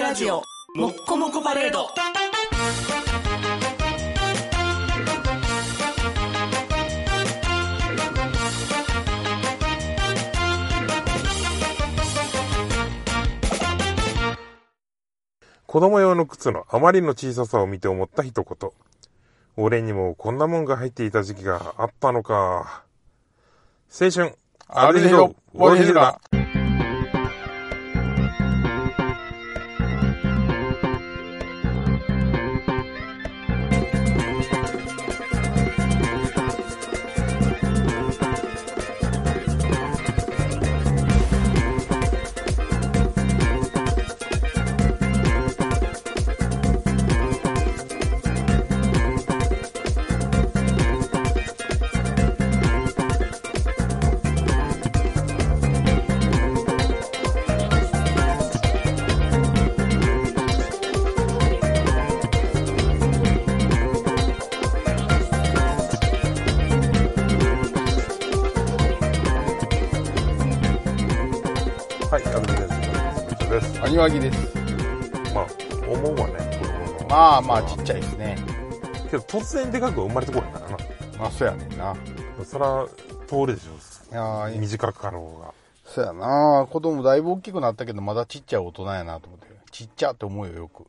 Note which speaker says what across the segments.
Speaker 1: ラジオもっこもこパレード
Speaker 2: 子供用の靴のあまりの小ささを見て思った一言。俺にもこんなもんが入っていた時期があったのか。青春、
Speaker 3: アルデヒド、ボルヒルダ。
Speaker 2: はい、アルデヒドです。
Speaker 3: アニワギです。
Speaker 2: まあ、思うわね、子供の。
Speaker 3: まあまあ、ちっちゃいですね。
Speaker 2: けど突然でかく生まれてこないからな。
Speaker 3: まあ、そうやねんな。
Speaker 2: そら、通るでし
Speaker 3: いや
Speaker 2: ょ。
Speaker 3: ー
Speaker 2: 短くかろうが。
Speaker 3: そうやな。子供だいぶ大きくなったけど、まだちっちゃい大人やなと思って。ちっちゃって思うよ、よく。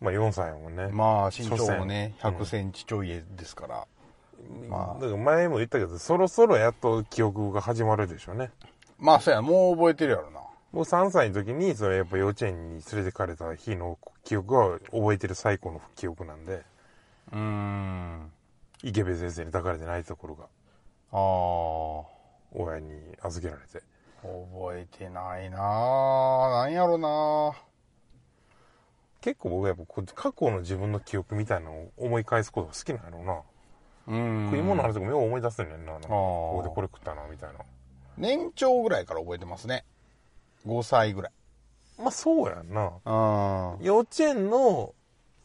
Speaker 2: まあ4歳やもんね。
Speaker 3: まあ、身長もね、
Speaker 2: 所詮
Speaker 3: 100センチちょいですから。まあ、
Speaker 2: だから前も言ったけど、そろそろやっと記憶が始まるでしょうね。
Speaker 3: まあ、そうや、もう覚えてるやろな。
Speaker 2: もう3歳の時に、それやっぱ幼稚園に連れてかれた日の記憶は覚えてる最高の記憶なんで、
Speaker 3: うーん。
Speaker 2: 池部先生に抱かれてないところが、
Speaker 3: ああ。
Speaker 2: 親に預けられて。
Speaker 3: 覚えてないなぁ。なんやろな
Speaker 2: 結構僕はやっぱこう過去の自分の記憶みたいなのを思い返すことが好きなんやろうな。
Speaker 3: ぁ。うん
Speaker 2: 食い物の話とかよう思い出すねんな。なんか
Speaker 3: あー
Speaker 2: ここでこれ食ったな、みたいな。
Speaker 3: 年長ぐらいから覚えてますね。5歳ぐらい。
Speaker 2: まあそうやんな。
Speaker 3: あ
Speaker 2: 幼稚園の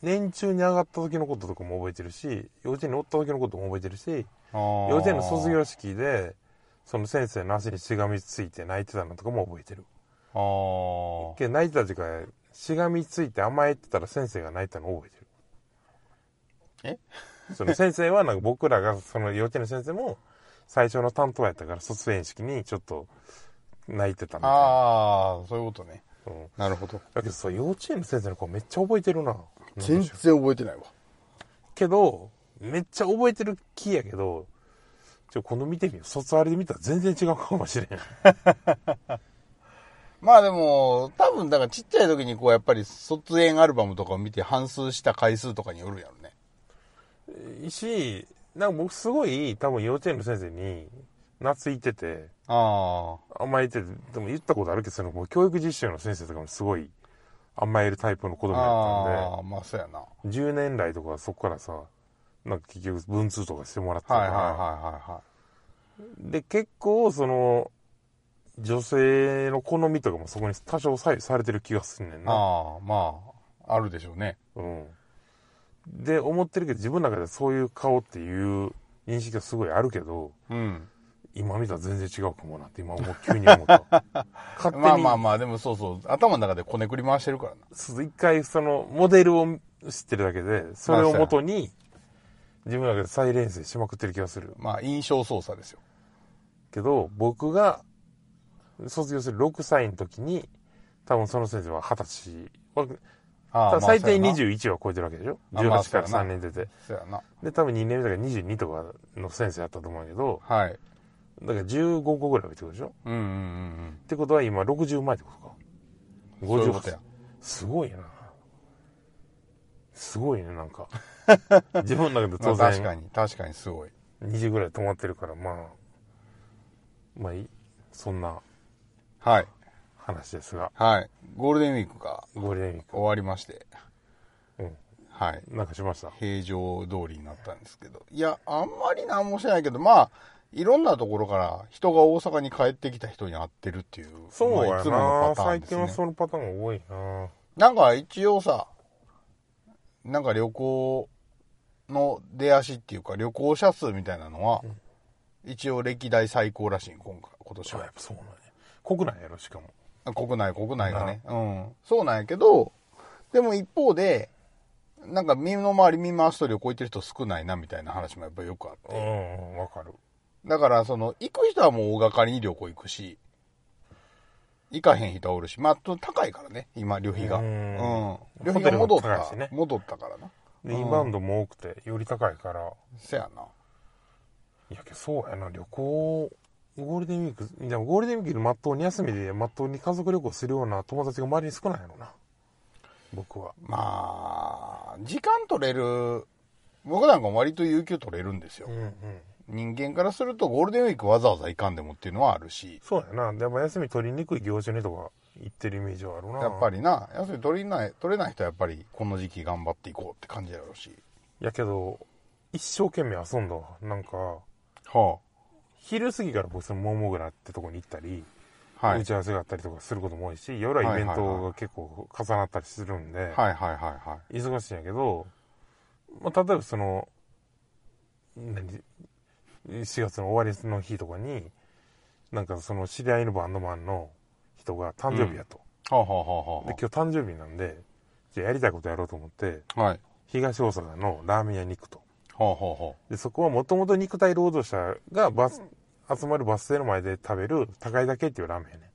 Speaker 2: 年中に上がった時のこととかも覚えてるし、幼稚園におった時のことも覚えてるし、
Speaker 3: あ。
Speaker 2: 幼稚園の卒業式でその先生の足にしがみついて泣いてたのとかも覚えてる
Speaker 3: ああ。
Speaker 2: けど泣いてた時からしがみついて甘えてたら先生が泣いたのを覚えてるえその先生はなんか僕らがその幼稚園の先生も最初の担当やったから卒園式にちょっと泣いてたみたいな、
Speaker 3: ああ、そういうことね。
Speaker 2: うん、
Speaker 3: なるほど。
Speaker 2: だけどそう幼稚園の先生の子めっちゃ覚えてるな
Speaker 3: 全然覚えてないわ。
Speaker 2: けどめっちゃ覚えてる気やけどちょこの見てみよう卒アルで見たら全然違うかもしれん
Speaker 3: まあでも、多分、だからちっちゃい時にこう、やっぱり卒園アルバムとかを見て反数した回数とかによるやろね。
Speaker 2: し、なんか僕すごい多分幼稚園の先生に懐いてて、
Speaker 3: あ
Speaker 2: 甘えてて、でも言ったことあるけど、その僕教育実習の先生とかもすごい甘えるタイプの子
Speaker 3: あ。
Speaker 2: 供や
Speaker 3: ああ、まあそうやな。は
Speaker 2: ったんで、10年来とかはそこからさ、なんか結局文通とかしてもらって
Speaker 3: い
Speaker 2: た
Speaker 3: はい
Speaker 2: か
Speaker 3: はい
Speaker 2: ら、
Speaker 3: はいはい。
Speaker 2: で、結構その、女性の好みとかもそこに多少左右されてる気がすんねんな。
Speaker 3: ああ、まあ、あるでしょうね。
Speaker 2: うん。で、思ってるけど自分の中でそういう顔っていう認識がすごいあるけど、
Speaker 3: うん。
Speaker 2: 今見たら全然違うかもなって今もう急に思 った。勝手に、
Speaker 3: まあまあまあ、でもそうそう、頭の中でこねくり回してるからな。
Speaker 2: そう一回そのモデルを知ってるだけで、それをもとに自分の中で再練成しまくってる気がする。
Speaker 3: まあ、印象操作ですよ。
Speaker 2: けど、僕が卒業する6歳の時に、多分その先生は20歳。
Speaker 3: あ
Speaker 2: 多分最低
Speaker 3: そうや
Speaker 2: 21は超えてるわけでしょ
Speaker 3: あまあ
Speaker 2: ?18 から
Speaker 3: そうや
Speaker 2: 3年
Speaker 3: な
Speaker 2: 出て。
Speaker 3: なそうやな。
Speaker 2: で、多分2年目だから22とかの先生だったと思うけど、
Speaker 3: はい。
Speaker 2: だから15個ぐらい置いてくるでしょ
Speaker 3: うんうんうん
Speaker 2: ってことは今60前ってことか。
Speaker 3: うん。そういうこと
Speaker 2: 58
Speaker 3: や。
Speaker 2: すごいな。すごいね、なん か。自分の中で
Speaker 3: ま
Speaker 2: 当
Speaker 3: あ、確か
Speaker 2: 然、
Speaker 3: に、確かにすごい。
Speaker 2: 2時ぐらい止まってるから、まあ、まあいい、そんな
Speaker 3: はい。
Speaker 2: 話ですが、
Speaker 3: はい。ゴールデンウィークが
Speaker 2: ゴールデンウィーク
Speaker 3: 終わりまして、
Speaker 2: う
Speaker 3: はい。
Speaker 2: ん、なんかしました。
Speaker 3: 平常通りになったんですけど。いや、あんまりなんもしてないけど、まあ、いろんなところから人が大阪に帰ってきた人に会ってるっていう。
Speaker 2: そう
Speaker 3: まあ
Speaker 2: や
Speaker 3: いつもの
Speaker 2: な、
Speaker 3: パターン
Speaker 2: 最
Speaker 3: で
Speaker 2: 近
Speaker 3: すね
Speaker 2: はそのパターンが多いな。
Speaker 3: なんか一応さ、なんか旅行の出足っていうか、旅行者数みたいなのは、一応歴代最高らしい、今回、今年
Speaker 2: あ、や
Speaker 3: は
Speaker 2: っ。ぱそうなんや。国内やろ、しかも。
Speaker 3: 国内、国内がね。うん。そうなんやけど、でも一方で、なんか身の回り見回すとりを超えてる人少ないなみたいな話もやっぱよくあって。
Speaker 2: うん、わかる。
Speaker 3: だから、その、行く人はもう大掛かりに旅行行くし、行かへん人はおるし、まあ、と高いからね、今、旅費が。
Speaker 2: う
Speaker 3: うんん。旅
Speaker 2: ホ
Speaker 3: 費が戻っ
Speaker 2: テルも高い
Speaker 3: た、
Speaker 2: しね
Speaker 3: 戻ったからな。
Speaker 2: でインバウンドも多くて、より高いから、
Speaker 3: せやな。
Speaker 2: いやけどそうやな、旅行、ゴールデンウィーク、でもゴールデンウィークにまっとうに休みで、まっとうに家族旅行するような友達が周りに少ないのな。僕は。
Speaker 3: まあ、時間取れる、僕なんか割と有給取れるんですよ
Speaker 2: う。んうん。
Speaker 3: 人間からするとゴールデンウィークわざわざ行かんでもっていうのはあるし、
Speaker 2: そうやな。でも休み取りにくい業種にとか行ってるイメージはあるな。
Speaker 3: やっぱ。りな、休み取れない、取れない人はやっぱりこの時期頑張っていこうって感じだろうし。
Speaker 2: やけど、一生懸命遊んだわなんか、
Speaker 3: は
Speaker 2: 昼過ぎから僕そのモモグラってとこに行ったり、
Speaker 3: あ、はい。は
Speaker 2: 打
Speaker 3: い
Speaker 2: ち合わせがあったりとかすることも多いし、夜はイベン
Speaker 3: はいはい
Speaker 2: ト
Speaker 3: は
Speaker 2: が結構重なったりするんで、
Speaker 3: はいはいは
Speaker 2: 忙しいんやけど、まあ、例えばその、何、4月の終わりの日とかに、なんかその知り合いのバンドマンの人が誕生日やと。
Speaker 3: い。はあはあはあは
Speaker 2: で、今日誕生日なんで、じゃあやりたいことやろうと思って、
Speaker 3: あ。はい。
Speaker 2: 東大阪のラーメン屋に行くと。
Speaker 3: はあはあはあ。
Speaker 2: で、そこはもともと肉体労働者がバス、集まるバス停の前で食べる高いだけっていうラーメンやね。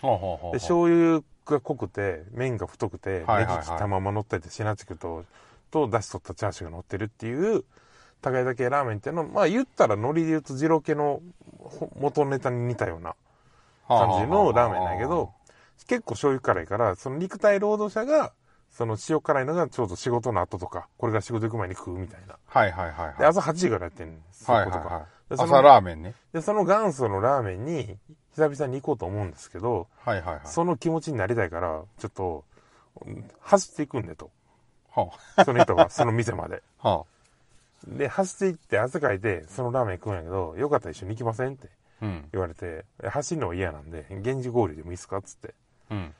Speaker 3: はあはあはあは
Speaker 2: で、
Speaker 3: あ。
Speaker 2: 醤油が濃くて、麺が太くて、
Speaker 3: はい
Speaker 2: ネ
Speaker 3: はいはい
Speaker 2: ギ切ったまま乗ってて、シナチクと、と、だし取ったチャーシューが乗ってるっていう、高いだけラーメンっていうのは、まあ言ったら海苔で言うと二郎系のほ元ネタに似たような感じのラーメンなんやけど、結構醤油辛いから、その肉体労働者が、その塩辛いのがちょうど仕事の後とか、これが仕事行く前に食うみたいな。
Speaker 3: はいはいはいはい。
Speaker 2: で、朝8時からやってんねんそ
Speaker 3: はい
Speaker 2: こ
Speaker 3: はい
Speaker 2: とか。
Speaker 3: はい。
Speaker 2: でその
Speaker 3: 朝ラーメンね。
Speaker 2: で、その元祖のラーメンに、久々に行こうと思うんですけど、
Speaker 3: はいはいはい。
Speaker 2: その気持ちになりたいから、ちょっと、うん走っていくんでと。
Speaker 3: は
Speaker 2: その人 が、その店まで。
Speaker 3: あ、は
Speaker 2: で、走っていって汗かいて、そのラーメン食うんやけど、よかったら一緒に行きませんって
Speaker 3: あ、うん。
Speaker 2: 言われて、え走るのは嫌なんで、現地合流でもいいっすかっつって。
Speaker 3: うん。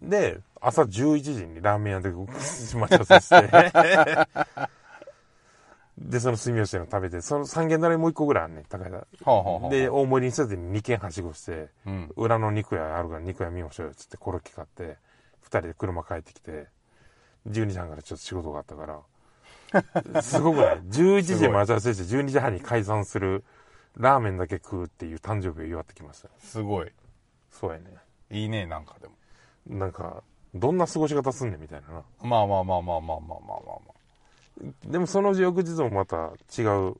Speaker 2: で、朝11時にラーメン屋で待ち合わせして。 で、その住吉の食べて、その三軒並みもう一個ぐらいあんねん、高いな
Speaker 3: はあはあはあ。
Speaker 2: で、、大盛りにせずに2軒はしごして、
Speaker 3: うん。
Speaker 2: 裏の肉屋あるから肉屋見ましょうよっつってコロッケ買って2人で車帰ってきて12時半からちょっと仕事があったからすごく ない11時で待ち合わせして12時半に解散するラーメンだけ食うっていう誕生日を祝ってきましたね
Speaker 3: すごい。
Speaker 2: そうやね
Speaker 3: いいね、なんかでも。
Speaker 2: なんかどんな過ごし方すんねんみたいなな
Speaker 3: まあまあまあまあまあまあまあまあま
Speaker 2: でもそのうち翌日もまた違う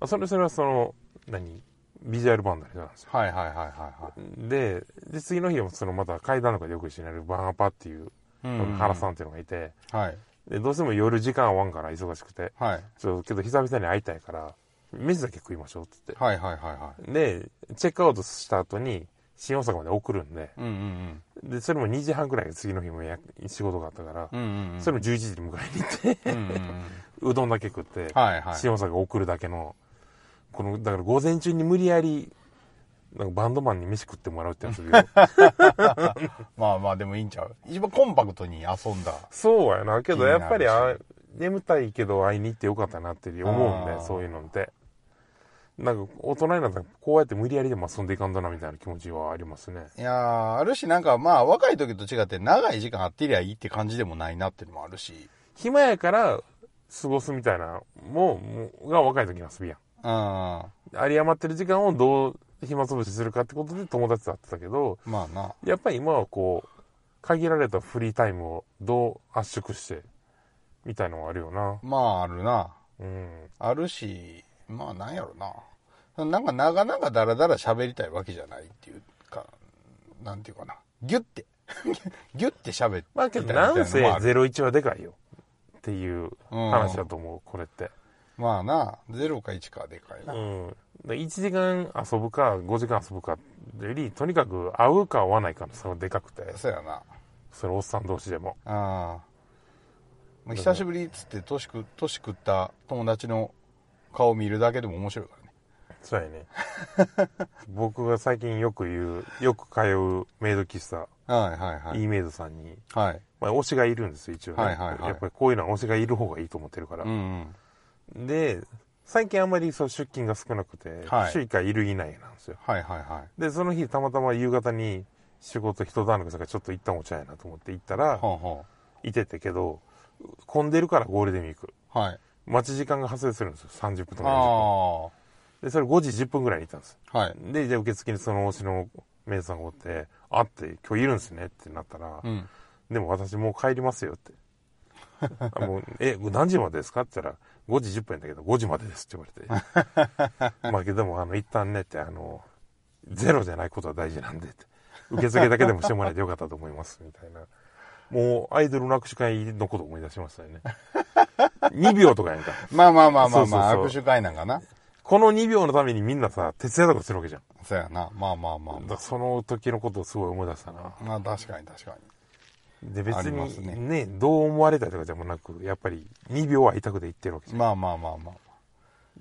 Speaker 2: あそれそれはその何ビジュアルバンドの人なんですよ
Speaker 3: あ。はいはいはいはいはい。
Speaker 2: でで次の日もそのまた階段とかでよく一緒になるバンアパっていう原さんっていうのがいて、
Speaker 3: ん。はい。
Speaker 2: で、どうしても夜時間合わんから忙しくて。
Speaker 3: はい。
Speaker 2: ちょっとけど久々に会いたいから、飯だけ食いましょうって言っ
Speaker 3: はいはいはいは
Speaker 2: て。で、チェックアウトした後に、新大阪まで送るんで、
Speaker 3: い。うんうん
Speaker 2: で、それも2時半くらいが次の日もや仕事があったから、
Speaker 3: うん。うんうんうん。
Speaker 2: それも11時に迎えに行って、
Speaker 3: うんうんうん。
Speaker 2: うどんだけ食って、
Speaker 3: はいはい。
Speaker 2: 新大阪送るだけの、この、だから午前中に無理やり、なんかバンドマンに飯食ってもらうってやつで。
Speaker 3: まあまあでもいいんちゃう一番コンパクトに遊んだ。
Speaker 2: そうやな。けど
Speaker 3: 気にな
Speaker 2: や
Speaker 3: るし
Speaker 2: っぱりあ眠たいけど会いに行ってよかったなって思うん
Speaker 3: あ
Speaker 2: で、
Speaker 3: ー
Speaker 2: そういうのって。なんか大人になったらこうやって無理やりでも遊んでいかんとなみたいな気持ちはありますね。
Speaker 3: いやー、あるしなんかまあ若い時と違って長い時間あってりゃいいって感じでもないなっていうのもあるし。
Speaker 2: 暇やから過ごすみたいなもう、もうが若い時の遊びや
Speaker 3: うん。ま
Speaker 2: ん。有り余ってる時間をどう暇つぶしするかってことで友達と会ってたけど、
Speaker 3: あな。
Speaker 2: やっぱり今はこう、限られたフリータイムをどう圧縮して、みたいのはあるよな。
Speaker 3: まああるな。
Speaker 2: うん。
Speaker 3: あるし、まあなんやろな。なんか長々だらだら喋りたいわけじゃないっていうか、なんていうかな。ギュって、 ギュって喋って。
Speaker 2: まあけど、なんせ01はでかいよ。っていう話だと思う、これって。
Speaker 3: まあな、0か1かでかいうな。
Speaker 2: ん。で1時間遊ぶか、5時間遊ぶかより、とにかく会うか会わないかの差がでかくて、
Speaker 3: そうやな。
Speaker 2: それおっさん同士でも。
Speaker 3: ああ。久しぶりっつって、年食年食った友達の顔見るだけでも面白いからね。
Speaker 2: そうやね。 僕が最近よく言う、よく通うメイド喫茶、、
Speaker 3: はいはいはい
Speaker 2: い
Speaker 3: い。
Speaker 2: メイドさんに、
Speaker 3: はい。
Speaker 2: まあ推しがいるんですよ、一応ね。
Speaker 3: はいはいはい
Speaker 2: やっぱりこういうのは推しがいる方がいいと思ってるから
Speaker 3: うん、。うん。
Speaker 2: で、最近あんまりそう出勤が少なくて、
Speaker 3: はい
Speaker 2: 週1回いるいないなんですよ。
Speaker 3: はいはいは
Speaker 2: で、その日たまたま夕方に仕事人段落だからちょっと一旦お茶やなと思って行ったら、
Speaker 3: ほうほ
Speaker 2: いててけど、混んでるからゴールデンウィーク。
Speaker 3: う。はい。
Speaker 2: 待ち時間が発生するんですよ。30分と
Speaker 3: あ
Speaker 2: か40
Speaker 3: あ。は
Speaker 2: 分。で、それ5時10分ぐらいにいたんです。
Speaker 3: い。
Speaker 2: で、じゃあ受付にその推しのメイさんがおって、あって、今日いるんですねってなったら、
Speaker 3: うん。
Speaker 2: でも私もう帰りますよって。 あもうえ、何時までですかって言ったら、5時10分だけど、5時までですって言われ て。まあ、けども、あの、一旦ねって、あの、ゼロじゃないことは大事なんでって。受付だけでもしてもらえてよかったと思います、みたいな。もう、アイドルの握手会のこと思い出しましたよね。2秒とかやんか。
Speaker 3: まあまあまあまあまあ、
Speaker 2: そうそうそう
Speaker 3: 握手会なんかな。
Speaker 2: この2秒のためにみんなさ、徹夜とかするわけじゃん。
Speaker 3: そうやな。まあまあまあ
Speaker 2: だ
Speaker 3: ま
Speaker 2: からその時のことをすごい思い出したな。
Speaker 3: あ。まあ確かに確かに。
Speaker 2: で、別
Speaker 3: あります
Speaker 2: に
Speaker 3: ね
Speaker 2: ね、どう思われたりとかじゃもなく、やっぱり2秒は痛くで言ってるわけじゃん
Speaker 3: まあまあまあまあ。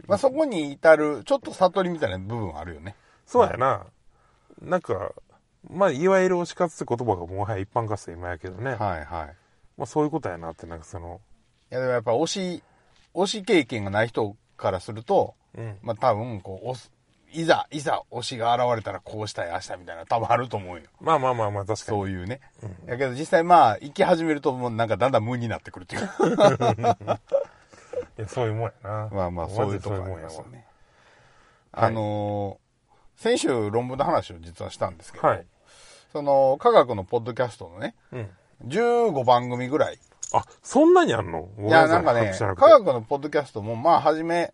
Speaker 3: まあそこに至る、ちょっと悟りみたいな部分あるよね。
Speaker 2: そうやな。なんか、まあ、いわゆる推し活って言葉がもはや一般化して今やけどね。
Speaker 3: はいはい。
Speaker 2: まあ、そういうことやなって、なんかその、
Speaker 3: いやでもやっぱ推し、推し経験がない人からすると、
Speaker 2: うん
Speaker 3: まあ多分こう、推す、いざ、いざ推しが現れたらこうしたい、ああしたいみたいな多分あると思うよ。
Speaker 2: まあまあまあまあ、確かに。
Speaker 3: そういうね。だけど実際まあ、行き始めるともうなんかだんだん無になってくるっていう か。
Speaker 2: いやそういうもんやな。
Speaker 3: まあまあ、
Speaker 2: マジ
Speaker 3: そうい
Speaker 2: で
Speaker 3: うとこ
Speaker 2: そういう
Speaker 3: ろ
Speaker 2: もん
Speaker 3: あり
Speaker 2: や
Speaker 3: ます
Speaker 2: わ
Speaker 3: よ。ね。あのー先週論文の話を実はしたんですけど、
Speaker 2: はい。
Speaker 3: その、科学のポッドキャストのね、
Speaker 2: うん。
Speaker 3: 15番組ぐらい。
Speaker 2: あ、そんなにあんのごめ
Speaker 3: い
Speaker 2: んな
Speaker 3: や、
Speaker 2: さ
Speaker 3: ないんかね、
Speaker 2: 隠してな
Speaker 3: 科
Speaker 2: くて
Speaker 3: 学のポッドキャストも、まあ、初め、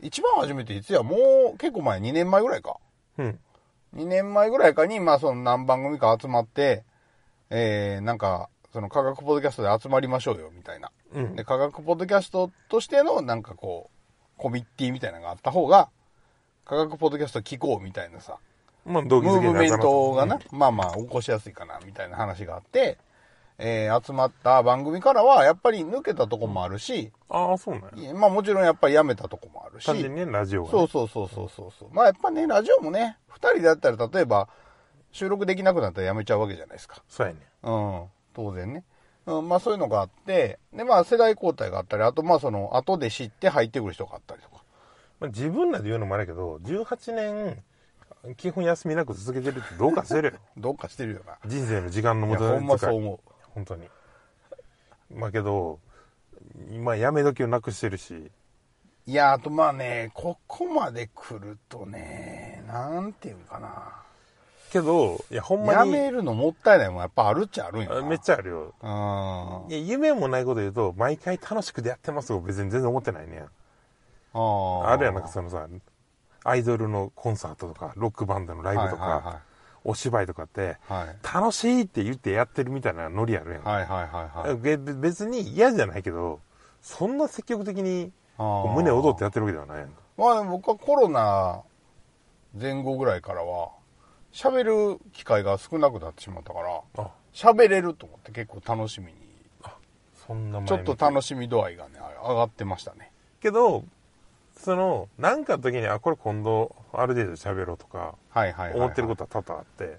Speaker 3: 一番初めていつや、もう結構前、2年前ぐらいか。
Speaker 2: うん。
Speaker 3: 2年前ぐらいかに、まあ、その何番組か集まって、えー、なんか、その科学ポッドキャストで集まりましょうよ、みたいな。
Speaker 2: うん
Speaker 3: で、科学ポッドキャストとしての、なんかこう、コミッティみたいなのがあった方が、科学ポッドキャスト聞こう、みたいなさ。
Speaker 2: まあ、同期
Speaker 3: ム
Speaker 2: づ
Speaker 3: ー
Speaker 2: け
Speaker 3: ブ
Speaker 2: にな
Speaker 3: メ
Speaker 2: るか
Speaker 3: ン
Speaker 2: な
Speaker 3: トがな、まあまあ起こしやすいかな、みたいな話があって、えー集まった番組からは、やっぱり抜けたとこもあるし、
Speaker 2: ああ、そうなんや。
Speaker 3: まあもちろんやっぱりやめたとこもあるし、
Speaker 2: 単純にね、ラジオが、ね。
Speaker 3: そうそうそうそうそうそう。まあやっぱね、ラジオもね、二人だったら例えば、収録できなくなったらやめちゃうわけじゃないですか。
Speaker 2: そうやね。
Speaker 3: うん、当然ね。うん、まあそういうのがあって、でまあ世代交代があったり、あとまあその、後で知って入ってくる人があったりとか。
Speaker 2: まあ、自分らで言うのもあれやけど、18年、基本休みなく続けてるってどうかして るよ。
Speaker 3: どうかしてるよな。
Speaker 2: 人生の時間の
Speaker 3: い
Speaker 2: 無
Speaker 3: や、
Speaker 2: 駄遣
Speaker 3: ほんまそう思う。
Speaker 2: 本当にまあけど今やめ時をなくしてるし
Speaker 3: いや、あとまあね、ここまで来るとね、なんていうんかな。
Speaker 2: けどいやほんま
Speaker 3: や
Speaker 2: に
Speaker 3: めるのもったいないもん、やっぱあるっちゃあるんやな。
Speaker 2: あめっちゃあるよ
Speaker 3: う
Speaker 2: い
Speaker 3: ん。
Speaker 2: や夢もないこと言うと毎回楽しくでやってますとか別に全然思ってないね
Speaker 3: あー
Speaker 2: あるやんなんかそのさアイドルのコンサートとかロックバンドのライブとか、
Speaker 3: はいは
Speaker 2: お芝居とかって、
Speaker 3: はい
Speaker 2: 楽しいって言ってやってるみたいなノリやるやん、
Speaker 3: はいはいはいはい。
Speaker 2: べ別に嫌じゃないけどそんな積極的に
Speaker 3: あー
Speaker 2: 胸躍ってやってるわけではないやんか
Speaker 3: まあ僕はコロナ前後ぐらいからは、喋る機会が少なくなってしまったから、
Speaker 2: あ
Speaker 3: 喋れると思って結構楽しみに、
Speaker 2: そんな前
Speaker 3: ちょ
Speaker 2: 向
Speaker 3: っ
Speaker 2: き
Speaker 3: と楽しみ度合いがね、上がってましたね。
Speaker 2: けどその何かの時にあこれ今度ある程度喋ろうとか
Speaker 3: はいはいはい、はい。
Speaker 2: 思ってることは多々あって、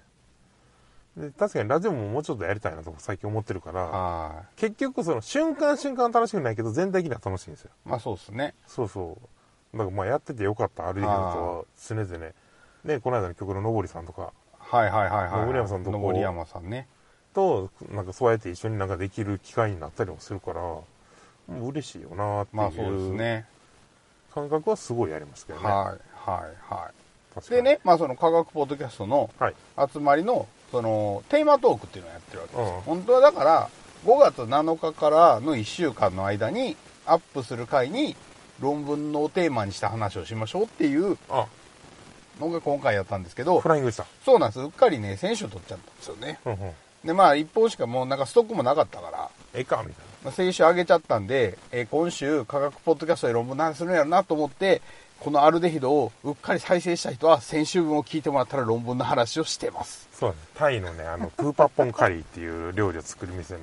Speaker 2: で確かにラジオももうちょっとやりたいなとか最近思ってるから、
Speaker 3: は
Speaker 2: 結局その瞬間瞬間は楽しくないけど全体的には楽しいんですよ
Speaker 3: い。まあそうですね。
Speaker 2: そうそうだからまあやっててよかったある意味だとは常々ねねこの間の曲ののぼりさんとか
Speaker 3: はいはいはいはい。
Speaker 2: 登山さんとこう
Speaker 3: 登山さんね。
Speaker 2: となんかそうやって一緒になんかできる機会になったりもするからもう嬉しいよなって
Speaker 3: まあそうです
Speaker 2: いう
Speaker 3: ね。
Speaker 2: 感覚はすごいありますけどね、
Speaker 3: はいはいはい。
Speaker 2: 確かに
Speaker 3: でね、まあその科学ポッドキャストの
Speaker 2: はい
Speaker 3: 集まりの、そのテーマトークっていうのをやってるわけですよ。
Speaker 2: うん
Speaker 3: 本当はだから、5月7日からの1週間の間にアップする回に論文のテーマにした話をしましょうっていう
Speaker 2: あ
Speaker 3: のが今回やったんですけど
Speaker 2: フ、ライングした
Speaker 3: そうなんです。うっかりね、選手取っちゃったんですよね。
Speaker 2: うんうん
Speaker 3: で、まあ一本しかもうなんかストックもなかったから、
Speaker 2: ええかみたい
Speaker 3: まあ、先週上げちゃったんで、えー今週科学ポッドキャストで論文何するんやろなと思って、このアルデヒドをうっかり再生した人は先週分を聞いてもらったら論文の話をしてます。
Speaker 2: なそうだねタイのねあのプーパッポンカリーっていう料理を作る店の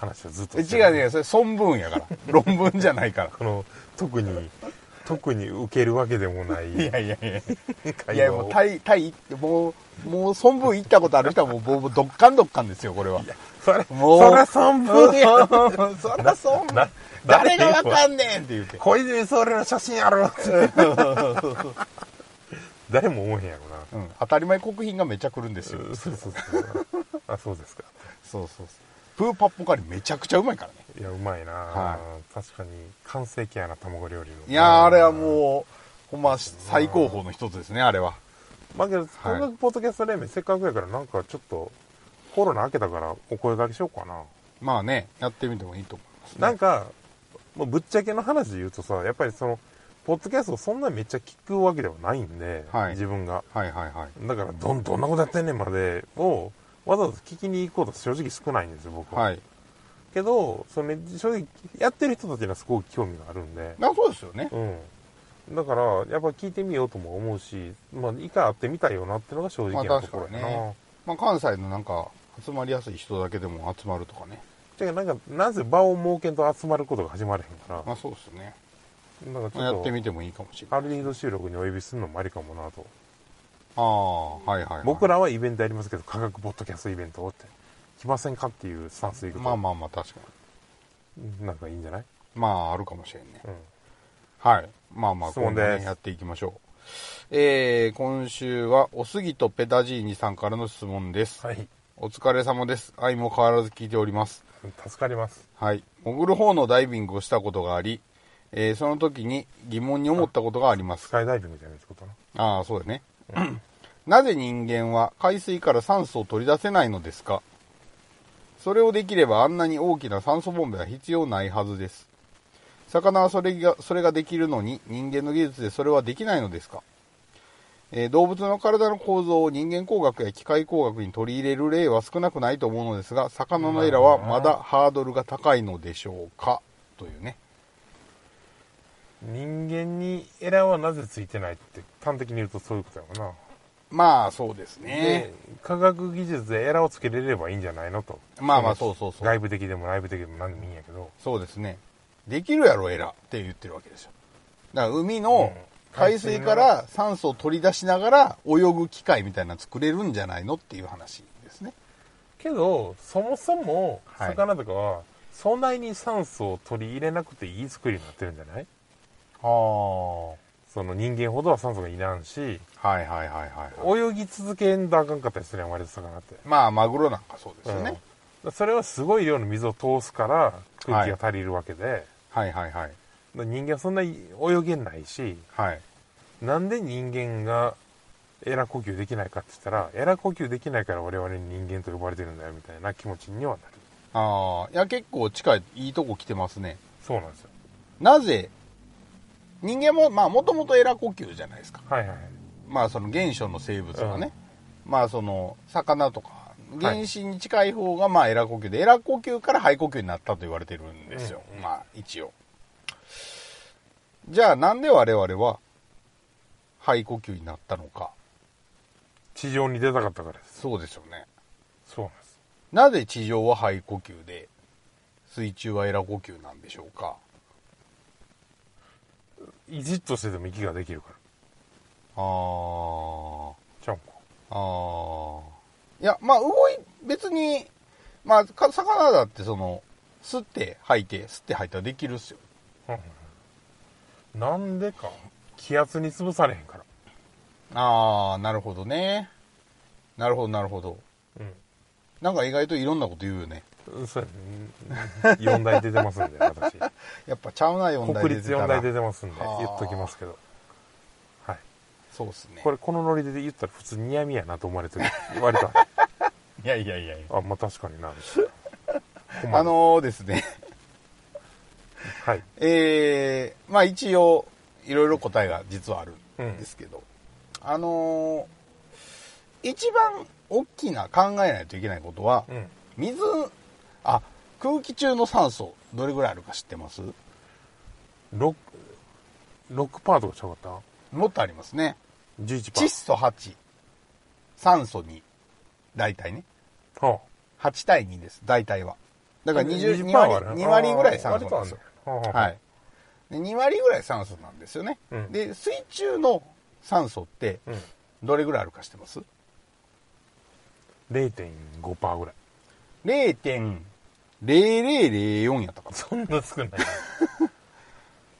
Speaker 2: 話をずっと
Speaker 3: え
Speaker 2: して
Speaker 3: 違うね、それ孫文やから。 論文じゃないから。
Speaker 2: この特に特に受けるわけでもない
Speaker 3: いやいやいや。い
Speaker 2: 会
Speaker 3: や、
Speaker 2: 話
Speaker 3: も
Speaker 2: を
Speaker 3: うタイ、タイ行って、もう、もう孫文行ったことある人はもう、もう、どっかんどっかんですよ、これは。
Speaker 2: それ
Speaker 3: もう
Speaker 2: そら3分や
Speaker 3: そら孫文
Speaker 2: な、
Speaker 3: 誰がわかんねんって言うて。
Speaker 2: 小泉総理の写真あるって誰も思えへんやろな
Speaker 3: うん、当たり前国賓がめっちゃ来るんですよ、
Speaker 2: そうそうそうあそうですか
Speaker 3: そうそうそうプーパッポカリめちゃくちゃうまいからね
Speaker 2: いやうまいな、
Speaker 3: は
Speaker 2: 確かに完成形やな卵料理の
Speaker 3: いやーあれはもうほんま最高峰の一つですねあれは
Speaker 2: まあけど音楽ポッドキャスト連盟せっかくやからなんかちょっとコロナ明けたからお声掛けしようかな、
Speaker 3: まあねやってみてもいいと思います、ね、
Speaker 2: なんかもうぶっちゃけの話で言うとさやっぱりそのポッドキャストをそんなめっちゃ聞くわけではないんで、
Speaker 3: はい
Speaker 2: 自分が
Speaker 3: はいはいはい
Speaker 2: だからどんどんなことやってんねんまでをわざわざ聞きに行こうと正直少ないんですよ僕は、
Speaker 3: はい
Speaker 2: けどそれ正直やってる人たちにはすごく興味があるんで
Speaker 3: あそうですよね
Speaker 2: うんだからやっぱ聞いてみようとも思うしまあ一回会ってみたいよなってのが正直
Speaker 3: ま
Speaker 2: な
Speaker 3: あ
Speaker 2: と
Speaker 3: 確
Speaker 2: こ
Speaker 3: か
Speaker 2: ろ
Speaker 3: に
Speaker 2: や
Speaker 3: ね
Speaker 2: な、
Speaker 3: まあ、関西のなんか集まりやすい人だけでも集まるとかね
Speaker 2: てかなんかなぜ場を設けんと集まることが始まらへんから
Speaker 3: まあそうですよね
Speaker 2: なんかち
Speaker 3: や
Speaker 2: ょ
Speaker 3: っ
Speaker 2: ってと
Speaker 3: みてもいいかもしれない
Speaker 2: ある程度収録にお呼びするのもありかもなと
Speaker 3: ああはいはい、はい、
Speaker 2: 僕らはイベントやりますけど科学ポッドキャストイベントをって来ませんかっていうスタンスでいくと
Speaker 3: まあまあまあ確かに
Speaker 2: なんかいいんじゃない
Speaker 3: まああるかもしれんね
Speaker 2: うん
Speaker 3: はいまあまあ
Speaker 2: 質
Speaker 3: 今
Speaker 2: 問
Speaker 3: 度
Speaker 2: です
Speaker 3: ねやっていきましょうえー、今週はおすぎとペダジーニさんからの質問です、
Speaker 2: はい
Speaker 3: お疲れ様です愛も変わらず聞いております
Speaker 2: 助かります
Speaker 3: はい潜る方のダイビングをしたことがあり、えーその時に疑問に思ったことがあります
Speaker 2: スカイダイビングじゃないってことな
Speaker 3: ああ、そうだね。なぜ人間は海水から酸素を取り出せないのですかそれをできればあんなに大きな酸素ボンベは必要ないはずです。魚はそれが、それができるのに人間の技術でそれはできないのですか、えー動物の体の構造を人間工学や機械工学に取り入れる例は少なくないと思うのですが、魚のエラはまだハードルが高いのでしょうかというね。
Speaker 2: 人間にエラーはなぜついてないって端的に言うとそういうことやもんな、
Speaker 3: まあ、そうです
Speaker 2: で
Speaker 3: ね。
Speaker 2: 科学技術でエラーをつけれればいいんじゃないのと
Speaker 3: まあまあ、そうそうそう。
Speaker 2: 外部的でも内部的でも何でもいいんやけど
Speaker 3: そうですね。できるやろ、エラって言ってるわけですよ。だから海の
Speaker 2: うん
Speaker 3: 海水から酸素を取り出しながら泳ぐ機械みたいなの作れるんじゃないのっていう話ですね。
Speaker 2: けどそもそも
Speaker 3: はい
Speaker 2: 魚とかはそんなに酸素を取り入れなくていい作りになってるんじゃない
Speaker 3: は
Speaker 2: その人間ほどは酸素がいらんし
Speaker 3: あ。はいはいはいはい、はい。
Speaker 2: 泳ぎ続けんとあかんかったりするやん割と魚って
Speaker 3: まあ、マグロなんかそうですよね。
Speaker 2: うんそれはすごい量の水を通すから空気が足りるわけで、
Speaker 3: はいはいはい。
Speaker 2: だから人間はそんなに泳げないし
Speaker 3: はい。
Speaker 2: なんで人間がエラ呼吸できないかって言ったらエラ呼吸できないから我々人間と呼ばれてるんだよみたいな気持ちにはなる
Speaker 3: ああ、いや結構近い、いいとこ来てますね。
Speaker 2: そうなんですよ
Speaker 3: なぜ、人間も、まあもともとエラ呼吸じゃないですか。
Speaker 2: はいはいはい
Speaker 3: まあその原初の生物がね、まあその魚とか原始に近い方がまあエラ呼吸で、エラ呼吸から肺呼吸になったと言われてるんですよ、まあ一応じゃあなんで我々は肺呼吸になったのか
Speaker 2: 地上に出たかったからです
Speaker 3: そうですよね
Speaker 2: そうなんです
Speaker 3: なぜ地上は肺呼吸で水中はエラ呼吸なんでしょうか
Speaker 2: いじっとしてても息ができるから
Speaker 3: あー
Speaker 2: ちゃうんか
Speaker 3: ああ。いや、まあ、動い、別に、まあ、か魚だって、その、吸って吐いて、吸って吐いたらできるっすよ。
Speaker 2: なんでか気圧に潰されへんから
Speaker 3: ああ、なるほどね。なるほど、なるほど。なんか意外といろんなこと言うよね。
Speaker 2: うんそうやね4台出てますんで私
Speaker 3: やっぱちゃうな、4台
Speaker 2: 国
Speaker 3: 出て
Speaker 2: 立
Speaker 3: たら
Speaker 2: 4台出てますんで
Speaker 3: はあ
Speaker 2: 言っときますけどはい
Speaker 3: そうっすね。
Speaker 2: これこのノリで言ったら普通に嫌みやなと思われてる割と
Speaker 3: いやいやいやいや。
Speaker 2: あまあ確かにな
Speaker 3: あのーですね。
Speaker 2: はい
Speaker 3: えー、まあ一応、いろいろ答えが実はある
Speaker 2: うん
Speaker 3: んですけど、あのー一番大きな考えないといけないことは、
Speaker 2: うん
Speaker 3: 水、あ、空気中の酸素、どれぐらいあるか知ってます
Speaker 2: 6パートがちゃうかっ
Speaker 3: もっとありますね。
Speaker 2: た11パ
Speaker 3: 窒
Speaker 2: ー
Speaker 3: 素8、酸素2、大体ね。
Speaker 2: トは
Speaker 3: 8対2です、大体は。だ
Speaker 2: あ
Speaker 3: から
Speaker 2: 20%
Speaker 3: 20 2割
Speaker 2: はある、
Speaker 3: 2割ぐらい酸
Speaker 2: 割
Speaker 3: 素な
Speaker 2: と
Speaker 3: ん
Speaker 2: あ
Speaker 3: です
Speaker 2: る
Speaker 3: よ
Speaker 2: ね。はあ
Speaker 3: はい。で2割ぐらい酸素なんですよね。
Speaker 2: うん
Speaker 3: で、水中の酸素って、
Speaker 2: うん
Speaker 3: どれぐらいあるか知ってます
Speaker 2: 0.5パーぐらい
Speaker 3: ?0.0004 やったか
Speaker 2: そんな少ない
Speaker 3: な。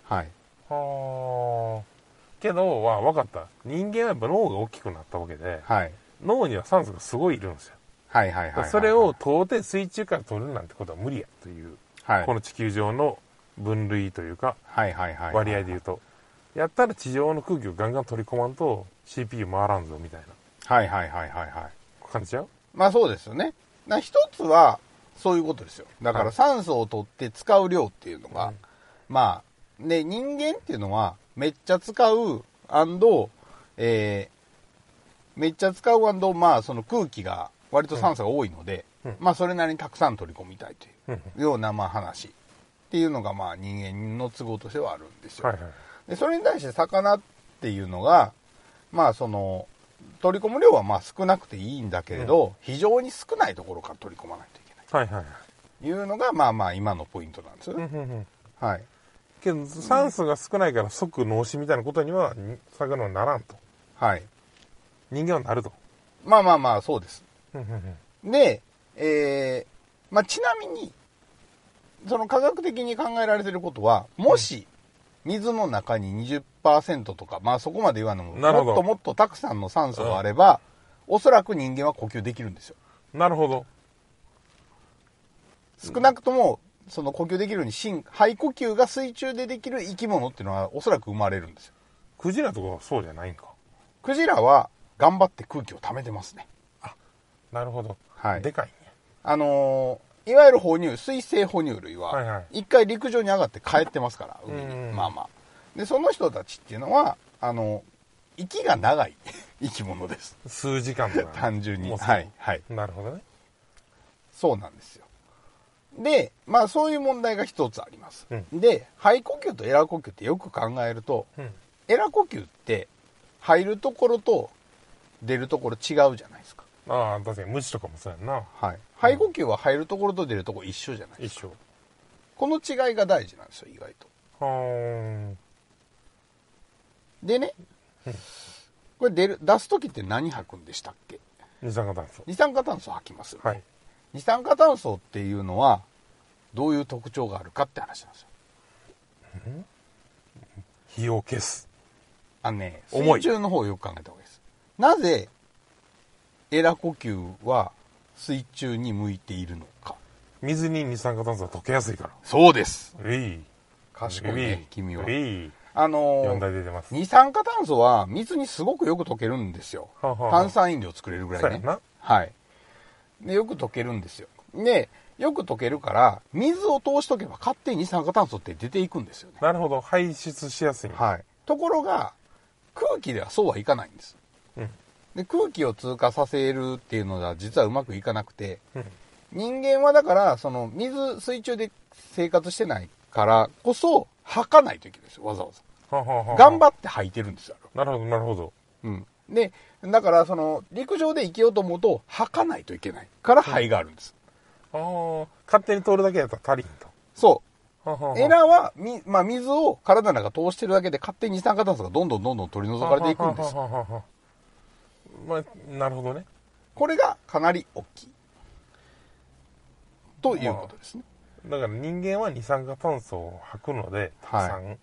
Speaker 3: はい。
Speaker 2: はあけど、わ、わかった。人間はやっぱ脳が大きくなったわけで、
Speaker 3: はい。
Speaker 2: 脳には酸素がすごいいるんですよ。
Speaker 3: はいはいはいはい。
Speaker 2: それを、遠で水中から取るなんてことは無理やという、
Speaker 3: はい、
Speaker 2: この地球上の分類というか、
Speaker 3: はいはいはい。
Speaker 2: 割合で言うと。やったら地上の空気をガンガン取り込まんと CPU 回らんぞみたいな
Speaker 3: はいはいはいはいはい。
Speaker 2: 感じちゃう
Speaker 3: まあそうですよね。な一つは、そういうことですよ。だか
Speaker 2: は
Speaker 3: ら
Speaker 2: い
Speaker 3: 酸素を取って使う量っていうのが、
Speaker 2: うん
Speaker 3: まあ、ね、人間っていうのは、めっちゃ使う、アンド、えー、めっちゃ使うアンド、まあその空気が、割と酸素が多いので、
Speaker 2: うん
Speaker 3: まあそれなりにたくさん取り込みたいと
Speaker 2: うんうん
Speaker 3: いうような、まあ話っていうのが、まあ人間の都合としてはあるんですよ。
Speaker 2: はいはい。
Speaker 3: でそれに対して魚っていうのがまあその取り込む量はまあ少なくていいんだけれど、非常に少ないところから取り込まないといけない
Speaker 2: はいはいはい。
Speaker 3: というのがまあまあ今のポイントなんですよ
Speaker 2: うん
Speaker 3: ね、
Speaker 2: うんうん
Speaker 3: はい
Speaker 2: けど酸素が少ないから即脳死みたいなことにはに魚はならんと
Speaker 3: はい
Speaker 2: 人間はなると
Speaker 3: まあまあまあそうです
Speaker 2: うんうんうん
Speaker 3: でえーまあ、ちなみにその科学的に考えられてることはもし水の中に20%とか、まあ、そこまで言わんでも
Speaker 2: なるほど
Speaker 3: もっともっとたくさんの酸素があれば、おそらく人間は呼吸できるんですよ
Speaker 2: なるほど
Speaker 3: 少なくともその呼吸できるように深肺呼吸が水中でできる生き物っていうのはおそらく生まれるんですよ
Speaker 2: クジラとかはそうじゃないんか
Speaker 3: クジラは頑張って空気を溜めてますね
Speaker 2: なるほど、
Speaker 3: はい
Speaker 2: でかいね
Speaker 3: あのーいわゆる哺乳水生哺乳類
Speaker 2: はいは
Speaker 3: は一回陸上に上がって帰ってますから海
Speaker 2: うんう
Speaker 3: に
Speaker 2: ん
Speaker 3: まあまあでその人たちっていうのはあの息が長い 生き物です
Speaker 2: 数時間とか
Speaker 3: 単純に
Speaker 2: もうすぐ
Speaker 3: はいはい
Speaker 2: なるほどね
Speaker 3: そうなんですよ。で、まあそういう問題が一つあります。
Speaker 2: う
Speaker 3: で、肺呼吸とエラ呼吸ってよく考えると、
Speaker 2: うん
Speaker 3: エラ呼吸って入るところと出るところ違うじゃないですか。
Speaker 2: ああ確かに虫とかもそうやんな
Speaker 3: はい。肺呼吸は入るところと出るところ一緒じゃないで
Speaker 2: 一
Speaker 3: すか。
Speaker 2: 緒
Speaker 3: この違いが大事なんですよ、意外と。
Speaker 2: はーん
Speaker 3: でね、これ出る、出すときって何吐くんでしたっけ
Speaker 2: 二酸化炭素
Speaker 3: 二酸化炭素吐きますよね、
Speaker 2: はい
Speaker 3: 二酸化炭素っていうのはどういう特徴があるかって話なんですよ。
Speaker 2: 火を消す
Speaker 3: あのね、
Speaker 2: 重
Speaker 3: 水
Speaker 2: い
Speaker 3: 中の方をよく考えた方がいいです。なぜ、エラ呼吸は水中に向いているのか。
Speaker 2: 水に二酸化炭素は溶けやすいから
Speaker 3: そうです。
Speaker 2: うい
Speaker 3: 賢いね、君は
Speaker 2: う。い
Speaker 3: あ
Speaker 2: 4
Speaker 3: の
Speaker 2: 台
Speaker 3: ー、
Speaker 2: 出てます
Speaker 3: 二酸化炭素は水にすごくよく溶けるんですよ。
Speaker 2: はあはあはあ
Speaker 3: 炭酸飲料作れるぐらい
Speaker 2: そう
Speaker 3: ね
Speaker 2: やな。
Speaker 3: はい。で、よく溶けるんですよ。で、よく溶けるから、水を通しとけば勝手に二酸化炭素って出ていくんですよね。
Speaker 2: なるほど排出しやすい、
Speaker 3: はい。ところが、空気ではそうはいかないんです。
Speaker 2: うん
Speaker 3: で空気を通過させるっていうのは実はうまくいかなくて
Speaker 2: うん
Speaker 3: 人間はだからその水水中で生活してないからこそ吐かないといけないんですよわざわざ
Speaker 2: はあはあはあ
Speaker 3: 頑張って吐いてるんですよ、
Speaker 2: なるほどなるほど
Speaker 3: うん、でだからその陸上で生きようと思うと吐かないといけないから肺があるんです、
Speaker 2: ああ、勝手に通るだけやったら足りんと。
Speaker 3: そ
Speaker 2: はは
Speaker 3: うエラーはみ、まあ、水を体の中通してるだけで勝手に二酸化炭素がどんどんどんどん取り除かれていくんですよ
Speaker 2: はははははまあ、なるほどね。
Speaker 3: これがかなり大きいということですね
Speaker 2: だから人間は二酸化炭素を吐くので、たくさん。
Speaker 3: は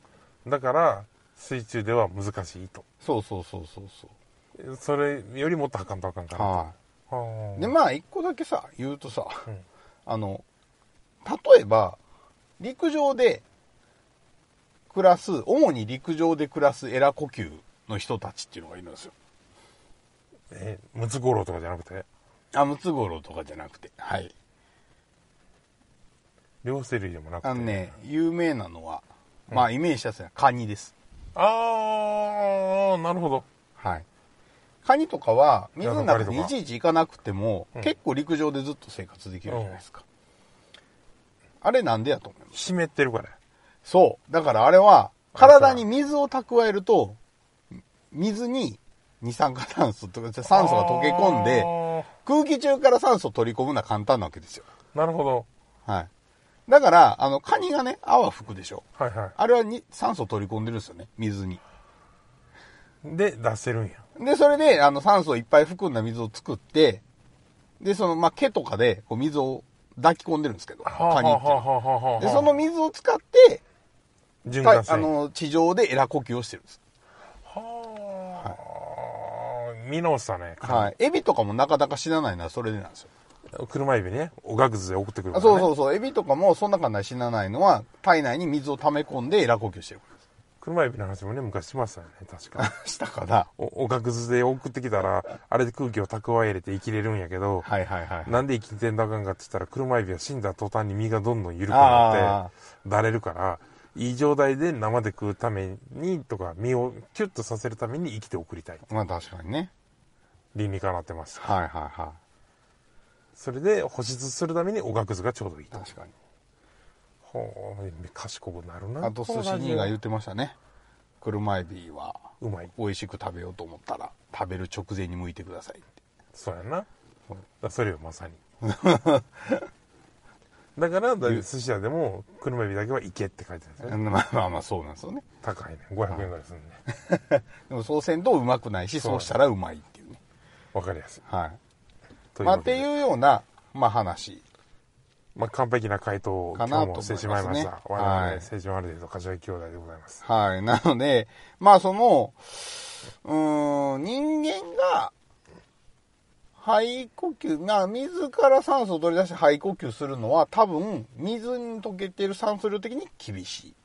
Speaker 2: だから、水中では難しいと。
Speaker 3: そうそうそうそうそう
Speaker 2: それよりもっと吐かんとあかんから。
Speaker 3: は。
Speaker 2: はいあ
Speaker 3: で、まあ、一個だけさ、言うとさ、
Speaker 2: ん
Speaker 3: あの、例えば、陸上で暮らす、主に陸上で暮らすエラ呼吸の人たちっていうのがいるんですよ。
Speaker 2: えームツゴロウとかじゃなくて、
Speaker 3: あ、ムツゴロウとかじゃなくて。はい。
Speaker 2: 両生類でもなくて。
Speaker 3: あのね、有名なのは、まあ、イメージしたやつはカニです。
Speaker 2: ああ、なるほど。
Speaker 3: はい。カニとかは、水の中
Speaker 2: い
Speaker 3: に
Speaker 2: や
Speaker 3: いちいち行かなくても、
Speaker 2: うん
Speaker 3: 結構陸上でずっと生活できるじゃないですか。あれなんでやと思います
Speaker 2: 湿ってるから。
Speaker 3: そう。だからあれは、体に水を蓄えると、水に二酸化炭素とか酸素が溶け込んで、
Speaker 2: あ
Speaker 3: 空気中から酸素を取り込むのは簡単なわけですよ。
Speaker 2: ーなるほど。
Speaker 3: はい。だから、あの、カニがね、泡吹くでしょ。
Speaker 2: はいは
Speaker 3: あれはに酸素を取り込んでるんですよね、水に。
Speaker 2: い。で、出せるんや。
Speaker 3: で、それで、あの、酸素をいっぱい含んだ水を作って、で、その、まあ、毛とかで、こう、水を抱き込んでるんですけど、カニっていうのは。
Speaker 2: は
Speaker 3: で、その水を使って、
Speaker 2: 循
Speaker 3: た
Speaker 2: 環
Speaker 3: あ
Speaker 2: 性。
Speaker 3: の、地上でエラ呼吸をしてるんです。
Speaker 2: は見直したね。
Speaker 3: はい。エビとかもなかなか死なないのはそれでなんですよ。
Speaker 2: 車指ね、おがくずで送ってくるか
Speaker 3: あ
Speaker 2: ら、ね。
Speaker 3: そうそうそう。エビとかもそんな感じで死なないのは、体内に水を溜め込んでエラ呼吸 してるか。。
Speaker 2: 車指の話もね、昔しましたよね、確から
Speaker 3: したかな
Speaker 2: お、おがくずで送ってきたら、あれで空気を蓄え入れて生きれるんやけど、
Speaker 3: はいはいはい。
Speaker 2: なんで生きてんだあかんかって言ったら、車指は死んだ途端に身がどんどん緩くな
Speaker 3: あ
Speaker 2: って、だれるから、いい状態で生で食うためにとか、身をキュッとさせるために生きて送りたい。
Speaker 3: まあ確かにね。
Speaker 2: 倫理かなってました。
Speaker 3: はいはいは
Speaker 2: それで保湿するためにおがくずがちょうどいい
Speaker 3: い。
Speaker 2: と。
Speaker 3: 確かに。
Speaker 2: ほう、賢くなるな。
Speaker 3: あと寿司兄が言ってましたね。車エビは
Speaker 2: うまい。
Speaker 3: 美味しく食べようと思ったら、食べる直前に剥いてくださいって。
Speaker 2: そうやな。だからそれよ、まさに。だから、だ寿司屋でも、車指だけは行けって書いてあるんですよね。
Speaker 3: まあまあまあそうなんですよね。
Speaker 2: 高いね。500円ぐらいするね。
Speaker 3: でもそうせんとうまくないし、
Speaker 2: そう
Speaker 3: そうしたらうまいっていうね。
Speaker 2: わかりやすい。
Speaker 3: はい。
Speaker 2: と
Speaker 3: まあ、
Speaker 2: わ
Speaker 3: っ
Speaker 2: け
Speaker 3: て
Speaker 2: で
Speaker 3: いうような、まあ、話。
Speaker 2: まあ、完璧な回答を今
Speaker 3: かな
Speaker 2: 日
Speaker 3: と思い
Speaker 2: も
Speaker 3: ます
Speaker 2: して
Speaker 3: ね
Speaker 2: しまいました。我
Speaker 3: は
Speaker 2: 々、
Speaker 3: い
Speaker 2: 青春ある程度、柏木兄弟でございます。
Speaker 3: はい。 なので、まあ、その、うーん、人間が、肺呼吸、な、水から酸素を取り出して肺呼吸するのは、多分、水に溶けている酸素量的に厳しい。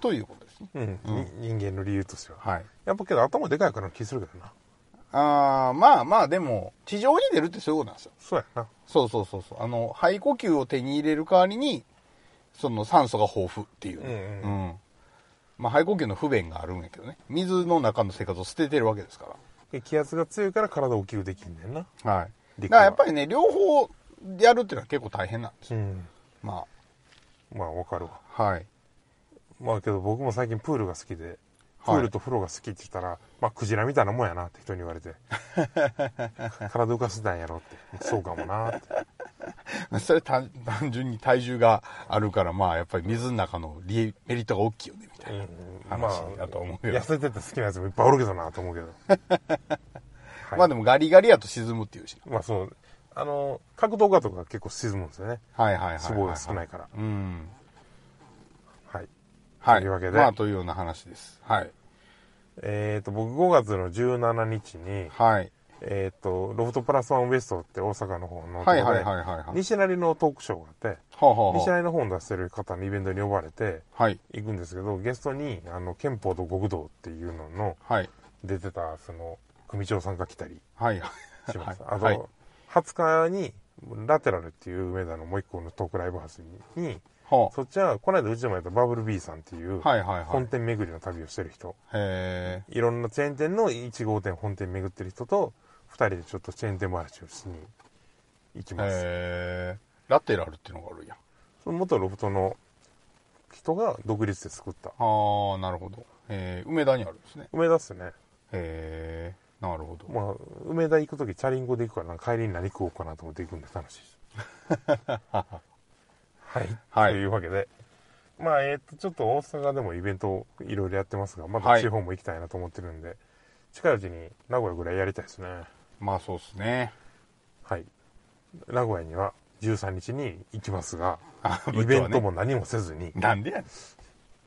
Speaker 3: ということですね。
Speaker 2: うん。に人間の理由としては。
Speaker 3: はい。
Speaker 2: やっぱけど、頭でかいから気するけどな。
Speaker 3: あーまあまあ、でも、地上に出るってそういうことなんですよ。
Speaker 2: そうやな。
Speaker 3: そうそうそうそう。あの、肺呼吸を手に入れる代わりに、その酸素が豊富っていう、ね。
Speaker 2: うん
Speaker 3: うんまあ、肺呼吸の不便があるんやけどね。水の中の生活を捨ててるわけですか
Speaker 2: で気圧が強いから体を大きくできんねんな。
Speaker 3: ら。はい。
Speaker 2: で
Speaker 3: だからやっぱりね、両方やるっていうのは結構大変なんです
Speaker 2: う
Speaker 3: よ。
Speaker 2: ん。
Speaker 3: ま
Speaker 2: まあ、わかるわ。
Speaker 3: あ、はい。
Speaker 2: まあけど僕も最近プールが好きで、プ
Speaker 3: はい
Speaker 2: ールと風呂が好きって言ったら、まあクジラみたいなもんやなって人に言われ て、体浮かせたんやろって、そうかもなって。
Speaker 3: それ単単純に体重があるから、まあ、やっぱり水の中のリエメリットが大きいよね、みたいな。話だと思うよ
Speaker 2: 痩せてて好きなやつもいっぱいおるけどなと思うけど。はい
Speaker 3: まあでもガリガリやと沈むっていうし
Speaker 2: まあそう、あの、格闘家とか結構沈むんですよね。
Speaker 3: な。はいはいはいはい、
Speaker 2: 脂肪が少ないから。
Speaker 3: うん。
Speaker 2: はい。
Speaker 3: はい。
Speaker 2: というわけで
Speaker 3: まあ、というような話です。はい。
Speaker 2: えっ、と、僕5月の17日に、
Speaker 3: はい。
Speaker 2: えっ、と、ロフトプラスワンウエストって大阪の方のところ
Speaker 3: はい
Speaker 2: で、
Speaker 3: はいはいはいはい。
Speaker 2: 西成のトークショーがあって、
Speaker 3: はあはあはあ
Speaker 2: 西成の本出してる方のイベントに呼ばれて
Speaker 3: はい。
Speaker 2: 行くんですけど、ゲストに、あの、憲法と極道っていうのの
Speaker 3: はい。
Speaker 2: 出てた、その、組長さんが来たり
Speaker 3: はい。
Speaker 2: します。
Speaker 3: はい
Speaker 2: あ
Speaker 3: はい
Speaker 2: と、20日に、ラテラルっていう梅田のもう一個のトークライブハウスに、
Speaker 3: は
Speaker 2: そっちは、この間うちでもやったバブル B さんっていう、
Speaker 3: あ。はいはいは
Speaker 2: 本
Speaker 3: い。
Speaker 2: 店巡りの旅をしてる人、
Speaker 3: へえ。
Speaker 2: いろんなチェーン店の1号店本店巡ってる人と、2人でちょっとチェーン店回しをしに行きます。
Speaker 3: へえ。ラテラルっていうのがあるんや。
Speaker 2: その元ロフトの人が独立で作った。
Speaker 3: ああ、なるほど。ええ、梅田にあるんですね。
Speaker 2: 梅田っすね。
Speaker 3: へえ。なるほど。
Speaker 2: まあ、梅田行くときチャリンコで行くからな、帰りに何食おうかなと思って行くんで楽しい です。はい。
Speaker 3: はい
Speaker 2: というわけで。まあ、えっ、と、ちょっと大阪でもイベントをいろいろやってますが、ま
Speaker 3: は
Speaker 2: だ
Speaker 3: い
Speaker 2: 地方も行きたいなと思ってるんで、近いうちに名古屋ぐらいやりたいですね。
Speaker 3: まあ、そうですね。
Speaker 2: はい。名古屋には13日に行きますが、
Speaker 3: あ
Speaker 2: イベント。
Speaker 3: 部長ね
Speaker 2: も何もせずに、
Speaker 3: なんでやねん。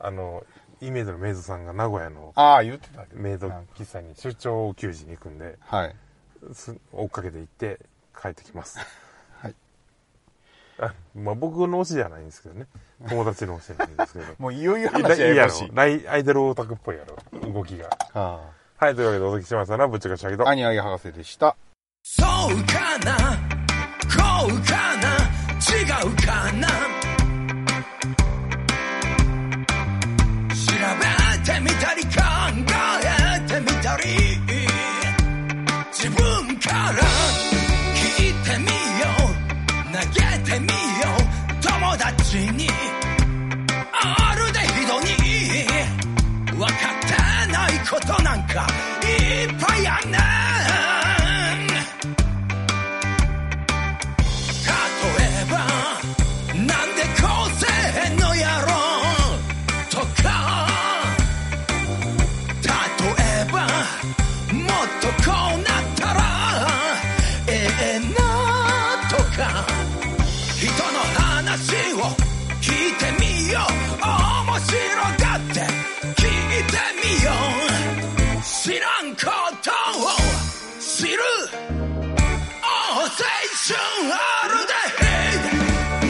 Speaker 2: あの、イメージのメイドさんが名古屋の
Speaker 3: ああ、言ってたけど。
Speaker 2: メイド喫茶に出張を給仕に行くんで、
Speaker 3: はい。
Speaker 2: す追っかけて行って帰ってきます。
Speaker 3: はい。
Speaker 2: あまあ僕の推しじゃないんですけどね。友達の推しなんですけど。
Speaker 3: もういよいよ
Speaker 2: いら い
Speaker 3: 話
Speaker 2: い
Speaker 3: や
Speaker 2: や
Speaker 3: やこし
Speaker 2: ろ
Speaker 3: い。。
Speaker 2: ライアイドルオタクっぽいやろ。動きが。
Speaker 3: は
Speaker 2: はい、というわけでお届けしましたな、ぶっちゃけしゃけど
Speaker 3: あ。。兄あげ博士でした。
Speaker 1: そうかなこうかな違うかな調べてみたり考えてみたり自分から聞いてみよう投げてみよう友達にあるでひどに分かってないことなんかいっぱいあんねん例えばなんでこうせえへんのやろとか例えばもっとこうなったらええなとか人の話を聞いてみよう面白がって聞いてみよう知らんことを知る Oh, station all day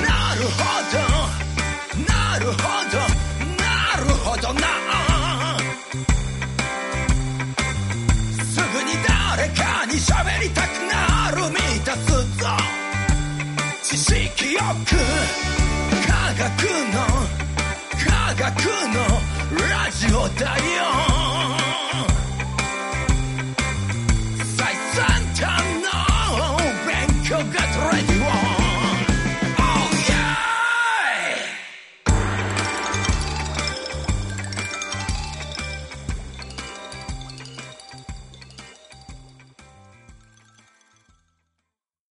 Speaker 1: なるほどなるほどなるほどなすぐに誰かに喋りたくなる満たすぞ知識よく科学の科学のラジオだよ Oh,